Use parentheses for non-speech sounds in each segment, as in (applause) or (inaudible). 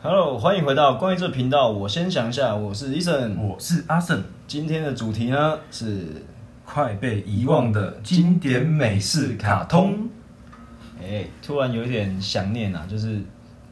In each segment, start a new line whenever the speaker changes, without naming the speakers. Hello，欢迎回到关于这频道。我先想一下，我是 Eason。
我是阿胜，
今天的主题呢是，
快被遗忘的经典美式卡通。
哎，突然有一点想念啊，就是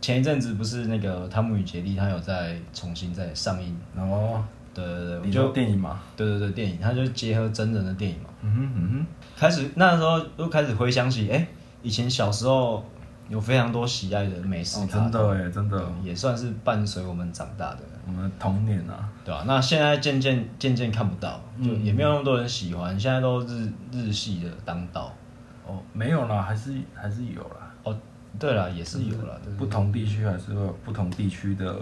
前一阵子不是那个《汤姆与杰利》，他有在重新再上映。
哦，
对对对，我
你说
就
电影吗？
对对对电影，它就结合真人的电影嘛。
嗯哼嗯
开始那时候又开始回想起，哎，以前小时候有非常多喜爱的美式
哼，哦，
卡
真
通，
的哎，真的，
对也算是伴随我们长大的。
我们的童年啊，
对吧、那现在渐渐渐渐看不到，就也没有那么多人喜欢，现在都日日系的当道。
哦，没有啦，还是还是有啦，
哦，对了，也是有了，对
不同地区还是会有不同地区的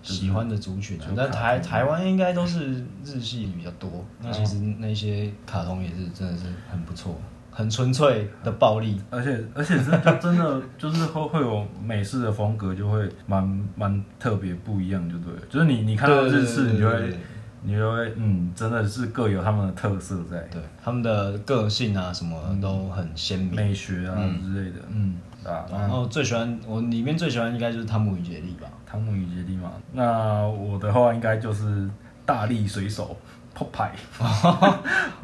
喜欢的族群、啊
就，
但
卡
台
通
台湾应该都是日系比较多。那其实
嗯
那些卡通也是真的是很不错，很纯粹的暴力。
而且而且是就真的就是会会有美式的风格，就会蛮蛮特别不一样，就对了。就是你你看到
对对
日式，
对
你就
对
会
对
你就会嗯，真的是各有他们的特色在，
对他们的个性啊什么都很鲜明。
美学啊之类的，嗯，对吧？
然后最喜欢我里面最喜欢应该就是汤姆与杰利吧。
汤姆与杰利嘛，那我的话应该就是大力水手
(laughs)
Popeye，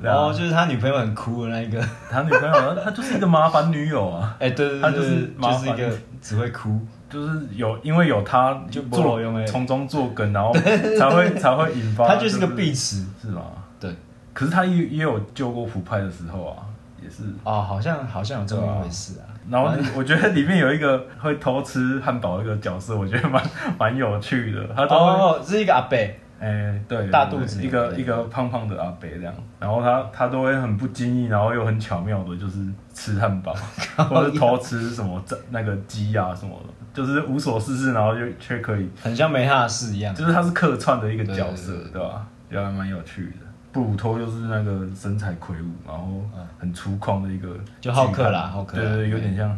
然
啊
后哦就是他女朋友很哭的那一个。 (laughs)
他女朋友她就是一个麻烦女友啊，
哎、对对
他
对，
就是
对
麻
就是一
烦
个只会哭。
就是有因为有她
就不好
做
用欸
从中作梗，然后才会才会引发，
他就是个碧池，
是吗？
对
可是他也也有救过普派的时候啊，也是。
哦，好像好像有这么一回事啊。
然后我觉得里面有一个会偷吃汉堡的一个角色，我觉得蛮蛮有趣的。他都会
哦，是一个阿伯，
哎、对，
大肚子
一个
对
一个胖胖的阿伯这样，然后他他都会很不经意，然后又很巧妙的，就是吃
(laughs)
汉堡，或者偷吃什么炸那个鸡啊什么的，就是无所事事，然后就却可以，
很像没他的事一样。
就是他是客串的一个角色，
对
对吧？也还蛮有趣的。布鲁托就是那个身材魁梧，然后很粗犷的一个巨
嗯就
汉，
浩克啦浩克啦
对对，对有点像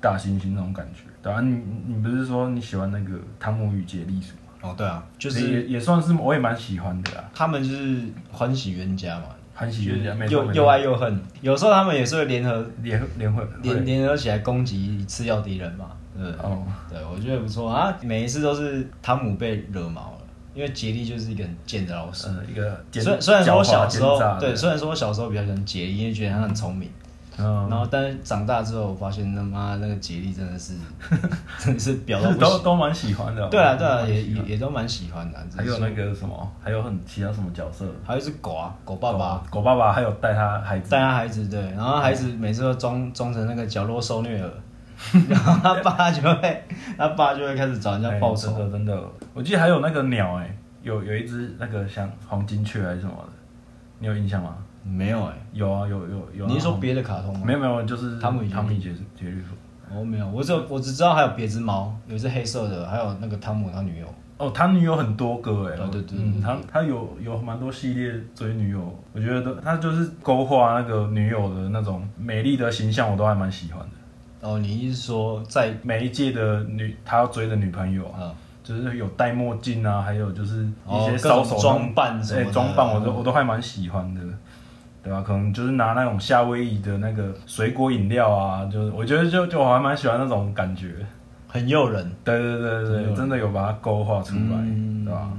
大猩猩那种感觉。对啊，你你你不是说你喜欢那个汤姆与杰利鼠吗？
哦，对啊，就
也
是
也算是我也蛮喜欢的啦。
他们就是欢喜冤家嘛，
欢喜冤家，没错
嗯又
没
又
错
爱又恨，有时候他们也是会联合
联联会
联
会
联合起来攻击次要敌人嘛。对，
哦，
对我觉得不错啊。每一次都是汤姆被惹毛了，因为杰利就是一个很贱的老师。
呃，一个奸
虽然虽然说我小时
狡猾奸诈
候
的
对，虽然说我小时候比较喜欢杰利，因为觉得他很聪明。然
嗯，
后，但是长大之后，我发现他妈那个杰力真的
(laughs)
是，真的是表到
是
不
都
行。
都蛮喜欢的，哦
对啊，对
都
啊，
蛮
也
喜欢
也也都蛮喜欢的啊。
还
只
有
是
那个什么，还有很其他什么角色，
还有一只狗啊，狗爸爸
狗狗爸爸还有带他孩子
带，他孩子，对，然后孩子每次都装装成那个角落受虐儿，
(laughs)
然后他爸就会，他爸就会开始找人家报
哎
仇。
真的真的，我记得还有那个鸟哎，有有一只那个像黄金雀还是什么的，你有印象吗？
没有哎，
有啊有有有啊，
你是说别的卡通吗？
没有没有就是
汤姆与杰利
汤姆与杰杰瑞鼠。
我没有，我只有我只知道还有别只猫，有一只黑色的，还有那个汤姆他女友。
哦，他女友很多个哎、
对啊对对
嗯，他他有有蛮多系列追女友，我觉得都他就是勾画那个女友的那种美丽的形象，我都还蛮喜欢的。
哦，你意思说在
每一届的女他要追的女朋友啊，
啊？
就是有戴墨镜啊，还有就是一
哦
些
各
搔
种
首弄
装扮什么
哎
的
装扮我都
嗯
我都还蛮喜欢的。对吧、可能就是拿那种夏威夷的那个水果饮料啊，就是我觉得就就我还蛮喜欢那种感觉。
很诱人。
对对对对
真的
对，真的有把它勾画出来，
嗯
对吧、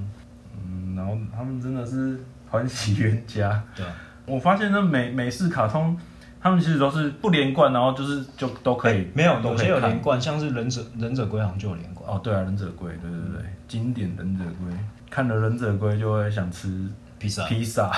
嗯，然后他们真的是欢喜冤家。 (laughs)
对啊。
我发现那美美式卡通，他们其实都是不连贯，然后就是就都可以，
哎没有，
都
有
可以
些有
看
连贯，像是忍者忍者龟好像就有连贯。
哦，对啊，忍者龟，对对对对，经典忍者龟，看了忍者龟就会想吃
披萨，嗯
披萨，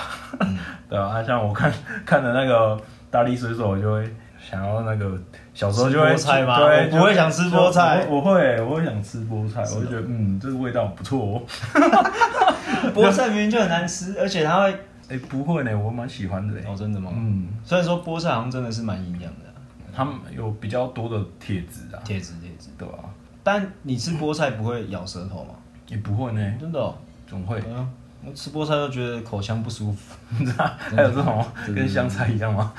(laughs) 对啊，啊像我看看的那个大力水手，我就会想要那个小时候就会
吃菠菜吗
对，
我不会想吃菠菜
就我我会我会想吃菠菜，我就觉得嗯，这个味道不错哦。
(laughs) 菠菜明明就很难
(laughs)
吃，而且它会
哎，不会呢，我蛮喜欢的嘞。
哦，真的吗？
嗯，
虽然说菠菜好像真的是蛮营养的啊、
他们有比较多的铁质啊，
铁质铁质，
对吧？
但你吃菠菜不会咬舌头吗？
也不会呢，
真的、哦，
总会。
嗯、我吃菠菜都觉得口腔不舒服，
(laughs) 还有这种
真的
跟香菜一样吗？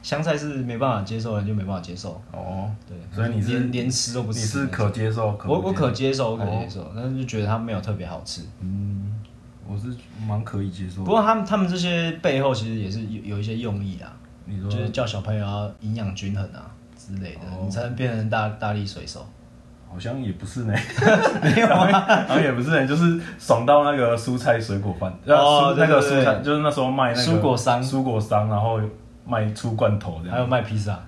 香菜是没办法接受的，就没办法接受。
哦，
对，
所以你是
连连吃都不
你
吃。
是可接受，可
我我
不接受哦
可接受，我可接受，但是就觉得它没有特别好吃。
嗯，我是蛮可以接受
不
的。
过他们他们这些背后其实也是有有一些用意啊。
你
就是
说
叫小朋友要营养均衡啊之类的，
哦
你才能变成大大力水手。
好像也不是呢， (laughs)
没有啊，
好像也不是呢，就是爽到那个蔬菜水果饭，
哦
呃，蔬那个
对对
蔬
对
菜就是那时候卖那个
蔬果啊商
蔬果商，然后卖出罐头这
还
样，
有卖披萨，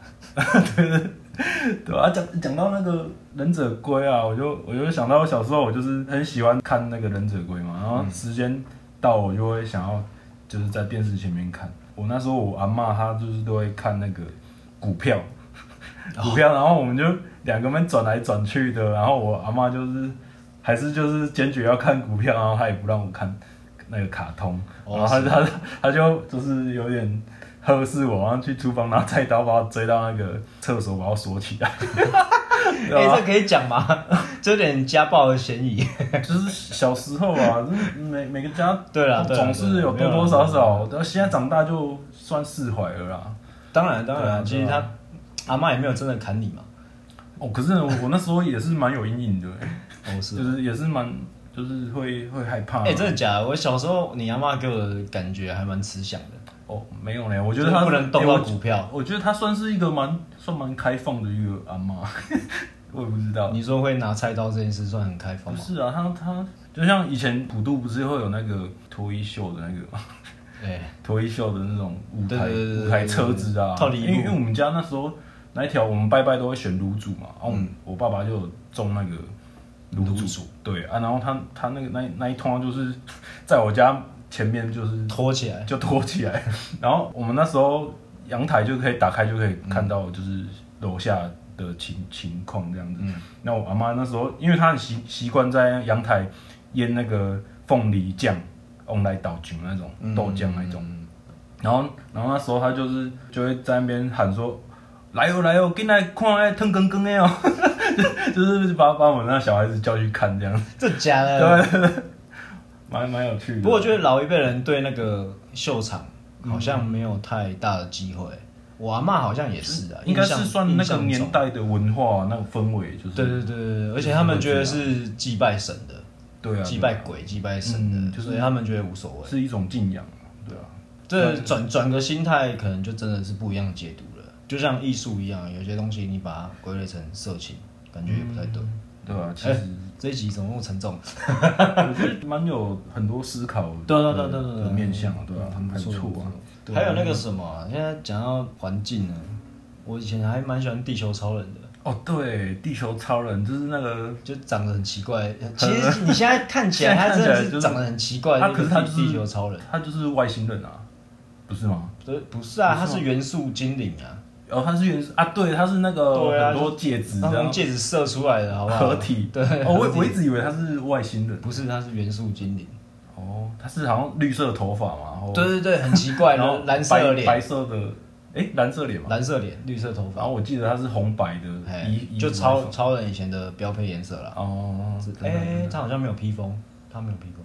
对啊，讲讲到那个忍者龟啊，我就我就想到我小时候我就是很喜欢看那个忍者龟嘛，然后
嗯
时间到我就会想要就是在电视前面看。我那时候我阿嬷她就是都会看那个股票， (laughs) 股票，然后我们就两个人转来转去的，然后我阿嬷就是还是就是坚决要看股票，然后她也不让我看那个卡通，
哦
然后她她她就就是有点。呵斥我，然后去厨房拿菜刀把我追到那个厕所，把我锁起来。 (laughs)
哎、
对啊
这可以讲吗？ (laughs) 这有点家暴的嫌疑。
哎就是小时候啊，就是每每个家
对啦对啦
总是有
对
多
啦
多少少。然后现在长大就算释怀了啦。
当然，当
对啊
然，其实
对
他
啊
阿嬷也没有真的砍你嘛。
哦，可是我我那时候也是蛮有阴影的欸、
哦，
就。是也是蛮就是会会害怕。
哎、真的假的？我小时候你阿嬷给我的感觉还蛮慈祥的，
哦，没有嘞，我觉得他哎
就是不能动到股票
我觉得他算是一个蛮算蛮开放的一个阿妈， (laughs) 我也不知道。
你说会拿菜刀这件事算很开放
不
吗？
是啊，他他就像以前普渡不是会有那个脱衣秀的那个 (laughs) 吗？
哎、
脱衣秀的那种舞台
对对对对
舞台车子啊，
套礼
因
物
为因为我们家那时候那一条我们拜拜都会选卤煮嘛，然后我们、我爸爸就有种那个卤
嗯卤
煮，对啊，然后他他那个那那一通啊就是 (laughs) 在我家前面就是
拖起来，
就拖起来， (laughs) 然后我们那时候阳台就可以打开就可以看到就是楼下的情情况这样
嗯
子。那我阿妈那时候因为她很习习惯在阳台腌那个凤梨酱，用来倒酒那种
嗯
豆浆那种。然后，然后那时候他就是就会在那边喊说：“来哦，来哦，进来看哎，腾更更的哦！” (laughs) 就是把把我们那小孩子叫去看这样，
这假
啊
的。
蛮蛮有趣的。
不过我觉得老一辈人对那个秀场好像没有太大的机会，我阿嬷好像也是啊，
嗯应该
印象
是算那个
印象
年
中
代的文化那个氛围，就是
对对对对对，而且他们觉得是祭拜神的，
对啊，
祭拜鬼、祭拜神的，
嗯就是
所以他们觉得无所谓。
是一种敬仰啊，对啊，
这转转个心态，可能就真的是不一样的解读了。就像艺术一样，啊有些东西你把它归类成色情，感觉也不太对。
对啊，其
哎、
实
这一集怎么那么沉重？
我觉得蛮有很多思考的，
对啊对啊对啊对啊对啊
的面向啊，对啊，
嗯
还不
很
错啊。对
还有那个什么啊、现在讲到环境呢，我以前还蛮喜欢地球超人的，
哦，对，地球超人就是那个，
就长得很奇 (laughs) 怪。其实 (laughs) 你现在看起来，他真的
现在看起来就是
是长得很奇怪，
他可
就是
他就是
地球超人。
他就是外星人啊，不是吗？
不是不是啊，
不是
他
吗
是元素精灵啊，
哦，他是原始啊，对，他是那
对啊
个很多戒指
他
这
从
样
戒指射出来的，好不好？
合体，
对，
哦，我
合体
我一直以为他是外星人，
不是，他是元素精灵。
哦，他是好像绿色头发嘛，然后
对对对，很奇怪，
然
(laughs) 然
后
后蓝色的
白白
脸，
色的，哎，蓝色脸嘛，
蓝色脸，绿色头
然
发，
后我记得他是红白的
哎
衣，衣服
就
那
超
种
超人以前的标配颜色啦。
哦，
哎，他好像没有披风，他没有披风。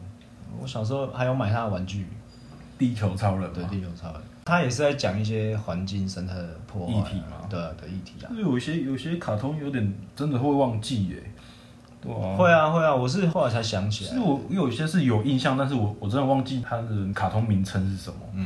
我小时候还有买他的玩具，
地球超人
对，
嘛，
地球超人，他也是在讲一些环境生态的破坏啊
议题嘛
对啊的议题啊
就。是有一些有些卡通有点真的会忘记耶，对啊，
会啊会啊，我是后来才想
其
起
实
来，
我有一些是有印象，但是我我真的忘记它的卡通名称是什么，
嗯，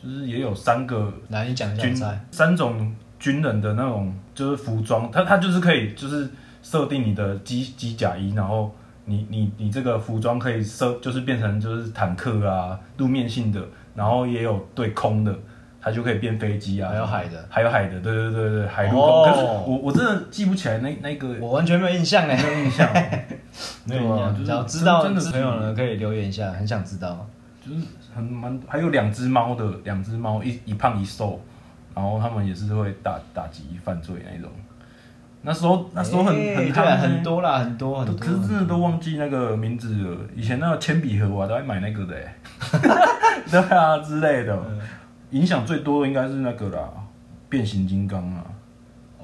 就是也有三个
来你讲一下我
军
猜。
三种军人的那种就是服装，它它就是可以就是设定你的机机甲衣，然后你你你这个服装可以设就是变成就是坦克啊，路面性的，然后也有对空的，它就可以变飞机啊，
还有海的，
还有海的，对对对对，海陆空。
哦
可是我我真的记不起来那那个
我完全没有印象哎，
没有印象， (laughs)
没有印
对
象。
啊就是
只要知道
真的
的
是
朋友呢，可以留言一下，很想知道。
就是很蛮还有两只猫的，两只猫一一胖一瘦，然后他们也是会打打击犯罪那一种。那时候那时候很、
哎
很
对
夯欸
啊，很多啦，很多
都
很多。
可是真的都忘记那个名字了。以前那个铅笔盒我还都爱买那个的、
(laughs)
欸，对啊之类的。
嗯
影响最多的应该是那个啦，变形金刚啊，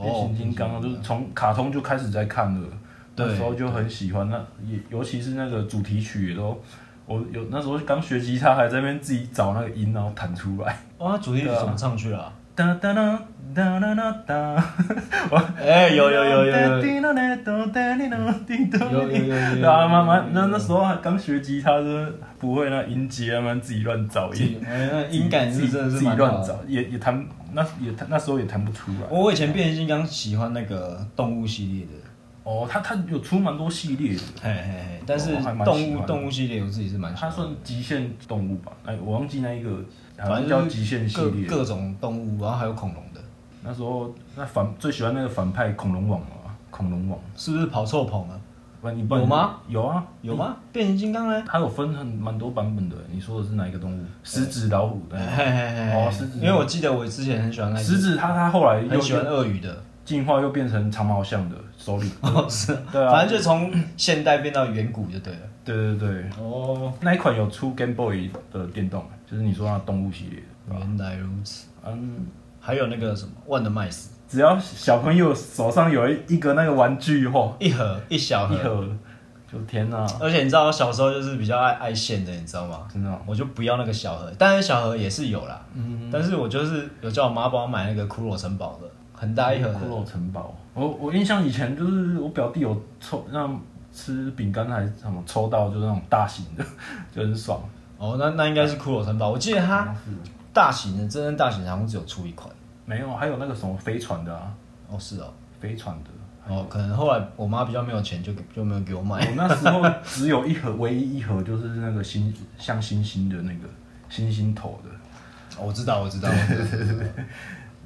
变
哦
形金刚就
变
是从卡通就开始在看了，
对
那时候就很喜欢。那也尤其是那个主题曲也都。我有那时候刚学吉他，还在那边自己找那个音，然后弹
(laughs)
出来。
哇，主题曲怎么唱去了啊？
哒哒哒哒哒哒哒。
哎，有有有有有有有有有有，
对啊，慢慢那那时候还刚学吉他，就是不会那音阶，慢慢自己乱找
自
音，
己哎那音感
自己
是真的
自
是
己
蛮
乱
好的。哦
找，也也弹那也弹那时候也弹不出来。
我以前变形金刚喜欢那个动物系列的，
哦，他他有出蛮多系列的，
嘿嘿嘿，但是
我还蛮喜
动
欢
物
的
动物系列我自己是蛮喜
他
欢的，
算极限动物吧？哎，我忘记那一个，好
反正
像叫
就是
极限系
各
列。
各种动物，然后还有恐龙的，
那时候那反最喜欢那个反派恐龙王嘛，恐龙王。
是不是跑错棚了？
不然你不然
有吗？
有啊，
有吗？变形金刚呢？
它有分很蛮多版本的。你说的是哪一个动物？
呃
狮子、老虎的
嘿。嘿嘿，
哦
嘿
狮子
哎因为我记得我之前很喜欢呃那一
狮
只，
子它它后来又
很喜欢鳄鱼的，
进化又变成长毛象的首领。
(laughs) 哦是，
对啊
反正就从现代变到远古就对了。
对对对，
哦，
那一款有出 Game Boy 的电动，就是你说那动物系列的。
原来如此。
嗯，
还有那个什么万能麦斯，
只要小朋友手上有一一个那个玩具后，
一盒一小
一
盒，
盒，就天哪、
而且你知道我小时候就是比较爱爱现的，你知道吗？
真的、哦。
我就不要那个小盒，当然小盒也是有啦，
嗯，
但是我就是有叫我妈帮我买那个骷髅城堡的，很大一盒的
嗯骷，髅城堡。我我印象以前就是我表弟有抽那吃饼干还是什么抽到就是那种大型的， (laughs) 就很爽。
哦，那那应该是骷髅城堡，我记得它
是
大型的，真正大型的好像只有出一款，
没有，还有那个什么飞船的啊，
哦是哦，
飞船的。
哦可能后来我妈比较没有钱就给就没有给我买，
我那时候只有一盒，唯一一盒就是那个星像星星的那个星星头的。
哦我知道我知道，我
(laughs)
知道我知道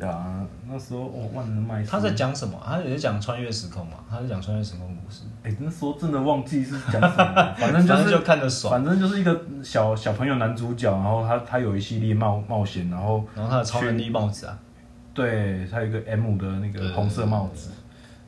对啊，那时候我、哦、万能麦斯，
他在讲什么？他也是讲穿越时空嘛，他是讲穿越时空故事，
哎、那时候真的忘记是讲什么
(laughs)
了，反正就
反正
是
就看得爽，
反正就是一个小小朋友男主角，然后他他有一系列冒冒险，然后
然后他的超能力帽子啊，
对，它有一个 M 的那
对
个红色帽子，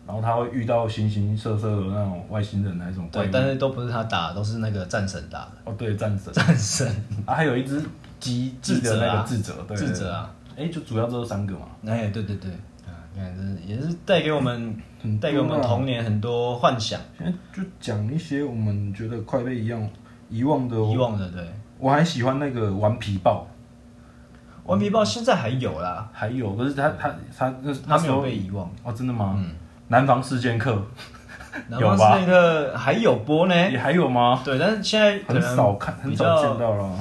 然后他会遇到形形色色的那种外星人还是什么怪
对，
物。
但是都不是他打的，都是那个战神打的，
哦，对，战
(laughs)
神
战神
啊，还有一只鸡鸡的那个智者，对，
智者啊。
对，哎，就主要这三个嘛。
哎，对对对，啊，你看，这也是带给我们
很，
带给我们
多啊
童年很多幻想，
现在就讲一些我们觉得快被遗忘遗忘的。哦
遗忘的对。
我还喜欢那个顽皮豹，
顽皮豹现在还有啦，
还有，可是他他他那
它
那
嗯没
时
有
候
被遗忘。嗯
哦，真的吗？南方四剑客
南
有
方
吧
四那个还有播呢，
也还有吗？
对，但是现在可
很少
能
看，
比
很
较
少见到了。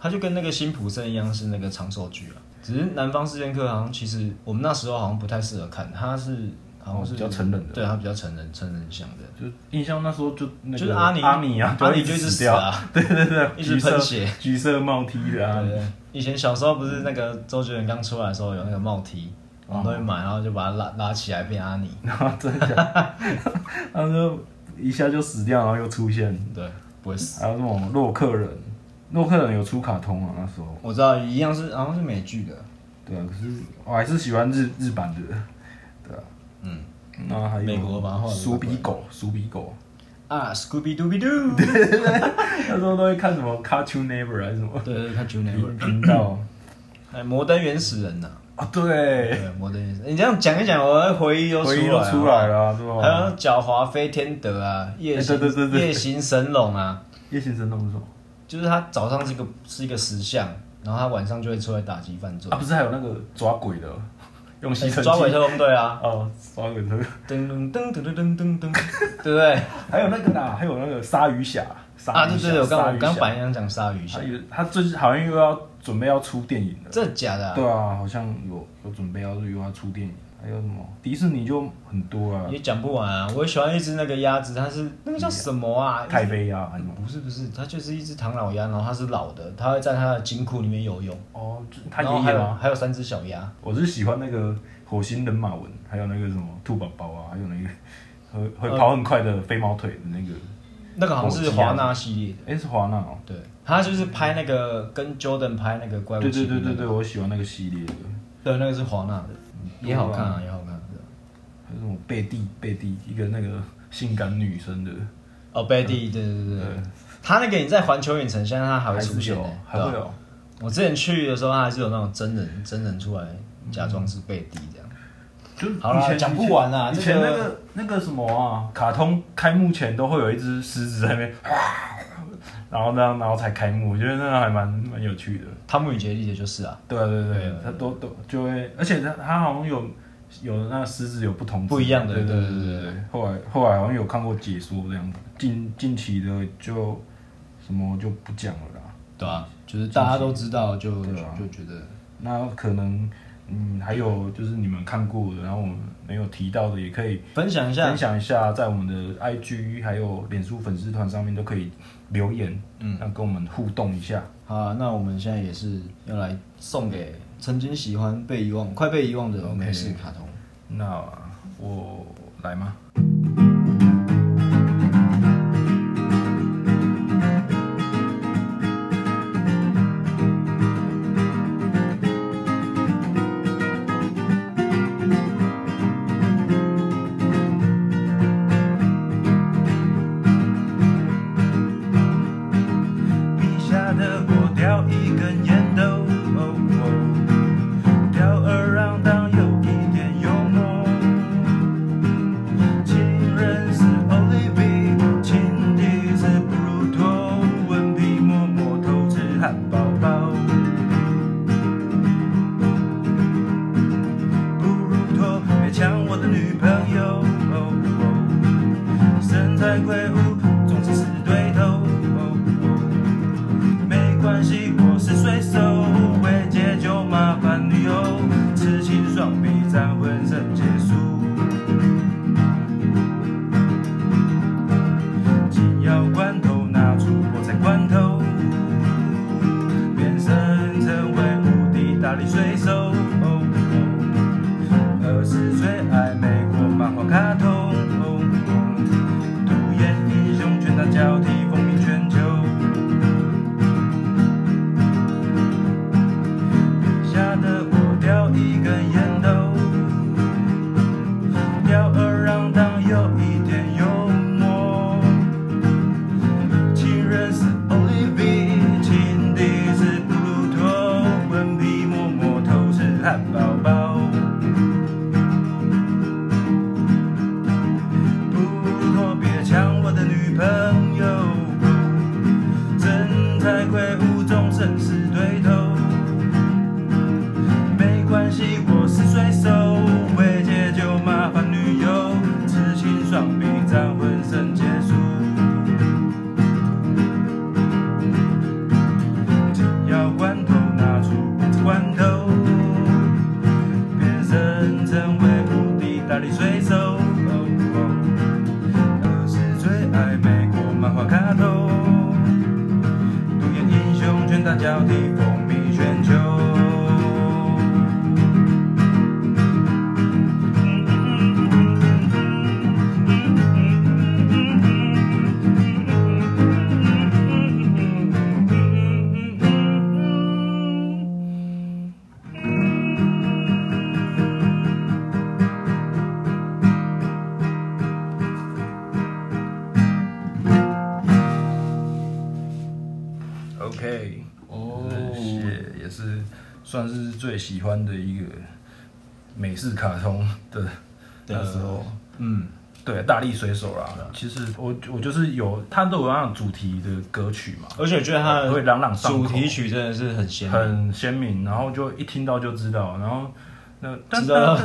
它就跟那个辛普森一样是那个长寿剧啊。只是南方四剑客好像其实我们那时候好像不太适合看，它是好像
哦
是
比较成人的
对，它比较成人成人向的。
就印象那时候就那个
就是阿尼
阿尼啊，
阿尼
就
就
一
一直
直死
死
掉，
啊，
(laughs) 对对对，
一直
橘色
喷血，
橘色帽 T 的啊阿
对
尼，
对，以前小时候不是那个周杰伦刚出来的时候有那个帽 T，我
嗯
们都会买，然后就把它拉拉起来变阿尼。
然后真的
(laughs)
假的，他说一下就死掉，然后又出现，
对，不会死。
还有什么洛克人，洛克人有出卡通啊那时候，
我知道一样是好像是美剧的，
对啊，可是我还是喜欢日日版的，对啊，
嗯
那还有
美国漫画的
鼠比狗，鼠比狗，
啊，Scooby Dooby Doo，
那时候都会看什么 Cartoon Network 还是什么
对对，看 j u n i o
频频
(coughs)
道
哎，摩登原始人呐，
啊，对，
对，摩登原始，人。你这样讲一讲，我的回忆又
回忆都出
来
来
了。
了啊，对吧？
还有狡猾飞天德啊，夜行
哎对对对对
夜行神龙啊，
夜行神弄什么？
就是他早上是一个是一个石像，然后他晚上就会出来打击犯罪
啊，，不是还有那个抓鬼的， (laughs) 用吸尘器、
哎抓鬼特工队啊，
哦，抓鬼的， (laughs)
噔噔噔噔噔噔噔噔，对不对？
还有那个啦，还有那个鲨鱼侠，鲨
啊，对
鱼侠
对对，我刚
鲨
我
鱼
刚
侠哎
反应讲鲨鱼侠
他，有他最近好像又要准备要出电影了，
真的假的、啊？
对啊，好像有有准备要又要出电影，还有什么迪士尼就很多啊，
也讲不完啊！我喜欢一只那个鸭子，它是那个叫什么啊？
太妃啊，还有什么
不是不是，它就是一只唐老鸭，然后它是老的，它会在它的金库里面游泳。
哦，就他
然后
爷
还
爷
有
啊，
还有三只小鸭，
我是喜欢那个火星人马文，还有那个什么兔宝宝啊，还有那个会会跑很快的飞毛腿的那个，
那个好
哦
像是华纳系列的。
哎、是华纳哦，
对，它就是拍那个跟 Jordan 拍那个呃怪物
对
骑兵
对对
那个
对对，我喜欢那个系列的。
对，那个是华纳的，也好看啊，也好看。对
还有什么贝蒂贝蒂，一个那个性感女生的，
哦，贝蒂，对对对对
嗯对，
它那个你在环球影城现在它还会
还
出
是
现
有
欸，
还
对
会
吧
有。
我之前去的时候，它还是有那种真人真人出来假装
嗯
是贝蒂这样。
就
好啦
以前
讲不完啦
以前
这
以前
个
那个那个什么啊，卡通开幕前都会有一只狮子在那边，然后那样然后才开幕，我觉得那还蛮蛮有趣的。
汤姆与杰利的就是啊，
对啊对啊对
对
啊
啊，
它都都就会，而且它它好像有有那个狮子有不同
不一样的
对对
对对
对
对
对。后来后来好像有看过解说这样子，近近期的就什么就不讲了啦。
对啊，就是大家都知道就，就、
对啊
觉得
那可能嗯，还有就是你们看过的，然后我们没有提到的，也可以
分享一下
分，享一下，在我们的 IG 还有脸书粉丝团上面都可以留言，嗯，让跟我们互动一下。
好啊，那我们现在也是要来送给曾经喜欢被遗忘、快被遗忘的
OK
美式卡通。
那我来吗？
笔下的我叼一根烟斗，哦哦吊儿郎当有一点幽默。情人是 Olivia，情敌是 Bruto，文笔默默偷吃汉堡包。Bruto 别抢我的女朋友。哦哦身材魁梧，总是死对头。哦哦没关系，我是水手，会解就麻烦你哦。痴情双臂战浑身解数，紧要关头拿出火柴罐头，变身成为无敌大力水手。哦哦儿时最爱美国漫画卡通，哦独眼英雄拳打脚踢，风靡全球。笔下的我叼一根烟斗，吊儿郎当有一点幽默。情人是 Olivia，情敌是 Pluto，文笔默默偷吃汉堡包。不托别抢我的女朋友，身材魁梧，终身是对头。没关系，我是水手，会解救麻烦女友，痴情双臂战浑身解数。紧要关头拿出罐头。变身成为无敌大力水手。哦哦儿时最爱美国漫画卡通，独眼英雄拳打脚踢，风靡全球。
OK，
哦
是也是算是最喜欢的一个美式卡通的
对
那时候，
嗯，
对大力水手啦。其实我我就是有，它都有那种主题的歌曲嘛，
而且我觉得它
哦会朗朗
的
上口
主题曲真的是很鲜明，
很鲜明，然后就一听到就知道，然后。那
知道知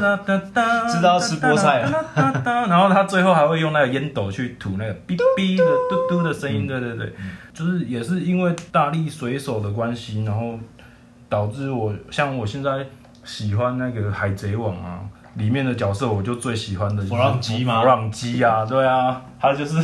道吃菠菜啊了，
然后他最后还会用那个烟斗去吐那个哔哔的嘟嘟的
嗯
声音，对对对，就是也是因为大力水手的关系，然后导致我像我现在喜欢那个海贼王啊里面的角色，我就最喜欢的就是
弗朗基吗
弗朗基啊，对啊，他就是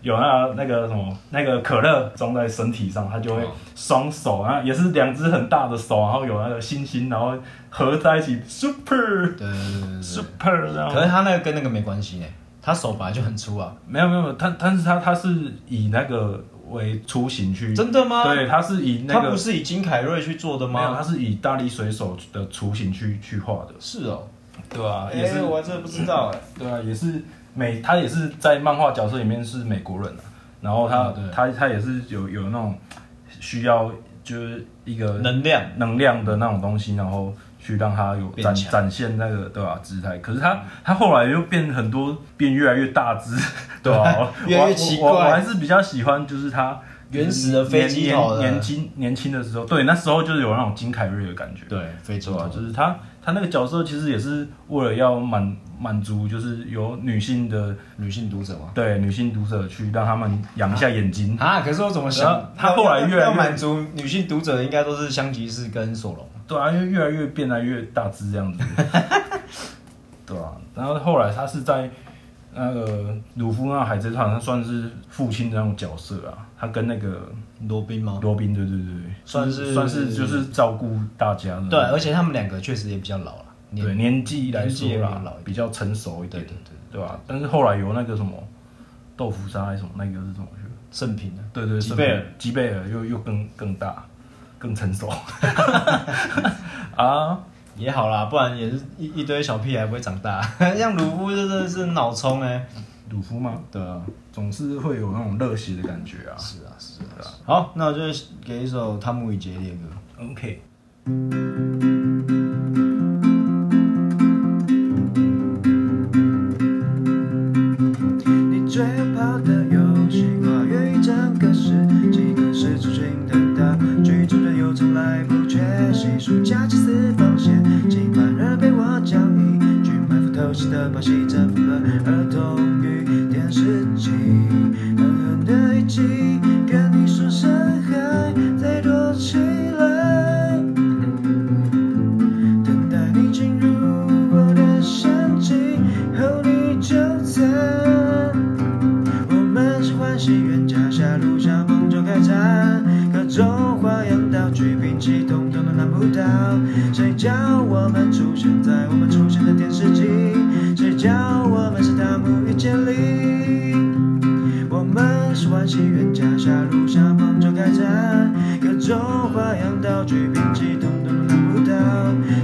有那那个什么那个可乐装在身体上，他就
哦
会双手啊，也是两只很大的手，然后有那个星星，然后合在一起，super
对对对对对。
super，然后
嗯可是他那个跟那个没关系呢，他手本来就很粗啊。
没有没有，他但是他他是以那个为雏形去，
真的吗？
对，他是以那
他
个
不是以金凯瑞去做的
没有，他啊
吗？
是以大力水手的雏形去去画的，
是哦，
对啊，
哎
也是、，
我还真的不知道哎。
对啊，也是美，他也是在漫画角色里面是美国人啊，然后他、
嗯对
他他也是有有那种需要就是一个
能量，
能量的那种东西，然后去让他有
变
展
强嗯
展现那个对吧、啊姿态。可是他、他后来又变很多，变越来越大只，对吧、我
啊越来越奇怪
我我我还是比较喜欢就是他
原始的飞机头的
年年年轻年轻的时候，对，那时候就是有那种金凯瑞的感觉，
对，非洲啊
对吧、就是他他那个角色其实也是为了要满满足，就是有女性的
女性读者吗？
对女性读者去让他们养一下眼
(laughs)
睛。
啊，可是我怎么
然后
想，
他后来越来越
要要满足女性读者，应该都是香吉士跟索隆。
对啊，因为越来越变来越大只
(laughs)
这样子，对啊。然后后来他是在那个鲁夫那海贼团，他算是父亲的那种角色啊。他跟那个
罗宾吗？
罗宾，对对对，
算是
算是就是照顾大家的。
对，而且他们两个确实也比较老了，年
对年纪来
年纪
说
也比
啦
较老一，点
比较成熟一
对
点，
对对
对吧、但是后来有那个什么豆腐鲨还是什么，那个是什么去了？
圣品啊，
对对，
吉贝尔，
吉贝尔又又更更大，更成熟 (laughs) 啊！
也好啦，不然也是一一堆小屁孩不会长大。 (laughs) 像鲁夫就真的是脑冲哎，
鲁夫吗？
对啊，
总是会有那种热血的感觉啊。
是啊是啊。是啊好，那我就给一首汤姆与杰利的歌。
OK，
你最后跑的游戏，跨越一整个世纪，跟十字军的大局，主人又从来不缺席。暑假去四方县，期盼人被我教育，去埋伏偷袭的把戏，征服了儿童与电视机，狠狠的一击，跟你说声嗨，再躲起来。等待你进入我的身体后，你就在。我们是欢喜冤家，狭路相逢就开战，各种花样道具兵器统统都拿不到。谁叫我们出现在我们出现的电视机？谁叫我们是大幕与千里？我们是欢喜冤家，狭路相逢就开战，各种花样道具兵器统统都拿不到。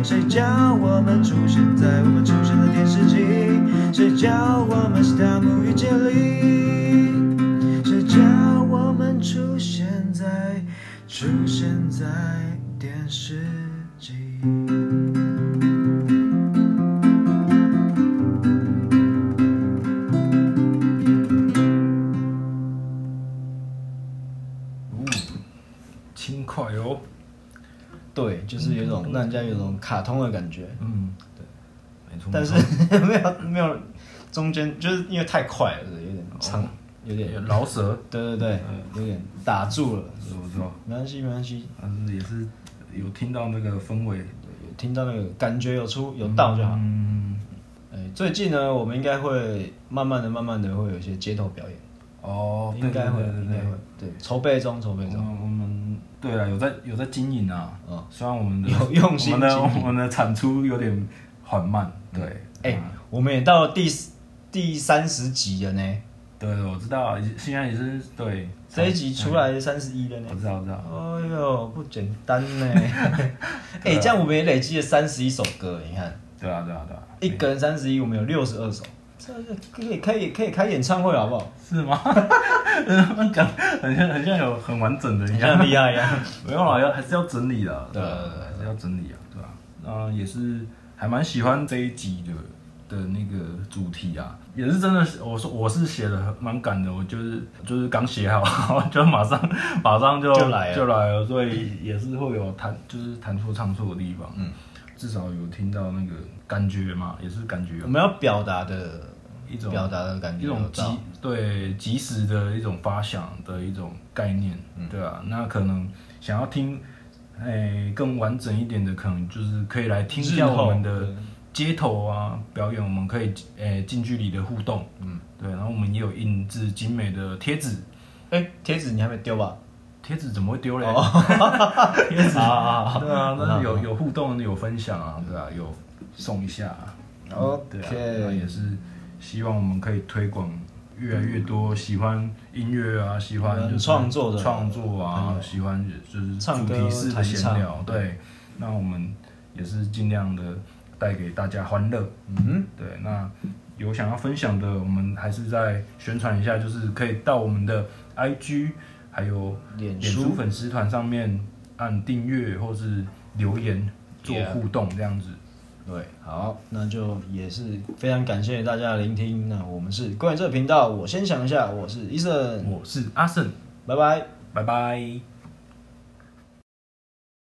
谁叫我们出现在我们出现的电视机？谁叫我们是大幕与千里？谁叫我们出现在出现在电视机？
呜，轻快哦。
对，就是有一种让人家有一种卡通的感觉，
嗯，对，没错。
但
没错
是 (laughs) 没有没有中间就是因为太快了，有点长，有
哦有嗯
点
饶舌，
对对对，有点打住了。
我知道，
没关系没关系，
但是也是有听到那个氛围，
有听到那个感觉有出有到就好。
嗯，
哎、最近呢，我们应该会慢慢的、慢慢的会有一些街头表演，
哦，对
应该会，
对对
应
对
该会，对，筹备中，筹备
对我
中。
们我们对啊，有在有在经营啊。
嗯
虽然我们的
有用心
我们的
经营
我们的产出有点缓慢，对，
哎、
嗯
我们也到了第四第三十集了呢，
对，我知道啊，现在也是对
这一集出，来三十一了
嗯
呢
我。知道，我知道，
哎呦，不简单呢！
(laughs)
哎、
啊
这样我们也累积了三十一首歌，你看，
对啊，对啊，对啊，
一个人三十一，我们有六十二首，这个可以可以可以开演唱会好不
(laughs)
好？
是吗？他们讲很像很像有很完整的一
你
样
像，厉害一样。
没有啦，要还是要整理的，
对
对
啊
啊，还是要整理啊，对吧？嗯，也是还蛮喜欢这一集的的那个主题啊，也是真的是，我说我是写的蛮赶的，我就是就是刚写好， (laughs) 然后就马上马上就
就来了
就来了，所以也是会有弹就是弹错唱错的地方，嗯，至少有听到那个感觉嘛，也是感觉
(laughs)
有
我们要表达的
一种
表达的感觉
一种
有
及
到
对及时的一种发想的一种概念，对啊，那可能想要听，诶、更完整一点的，可能就是可以来听一下
日后
我们的街头啊表演，我们可以诶、近距离的互动，嗯，对，然后我们也有印制精美的贴纸，
哎，贴纸你还没丢吧？
贴纸怎么会丢嘞？ (laughs)
贴纸啊
对啊，那有有互动，有分享啊，对啊，有送一下、啊。对啊，那也
OK，
是希望我们可以推广越来越多喜欢音乐啊，喜欢就是
嗯创作的
创作
朋
啊，
友
喜欢就是
唱
主
歌
题式的
弹
闲
唱
聊。对，那我们也是尽量的带给大家欢乐。
嗯，
对，那有想要分享的，我们还是再宣传一下，就是可以到我们的 IG 还有
脸
脸书
书
粉丝团上面按订阅或是留言做
Yeah
互动这样子。
对，好，那就也是非常感谢大家的聆听。那我们是嗯关于这个频道，我先想一下，我是医生，
我是阿胜，
拜拜。
拜拜。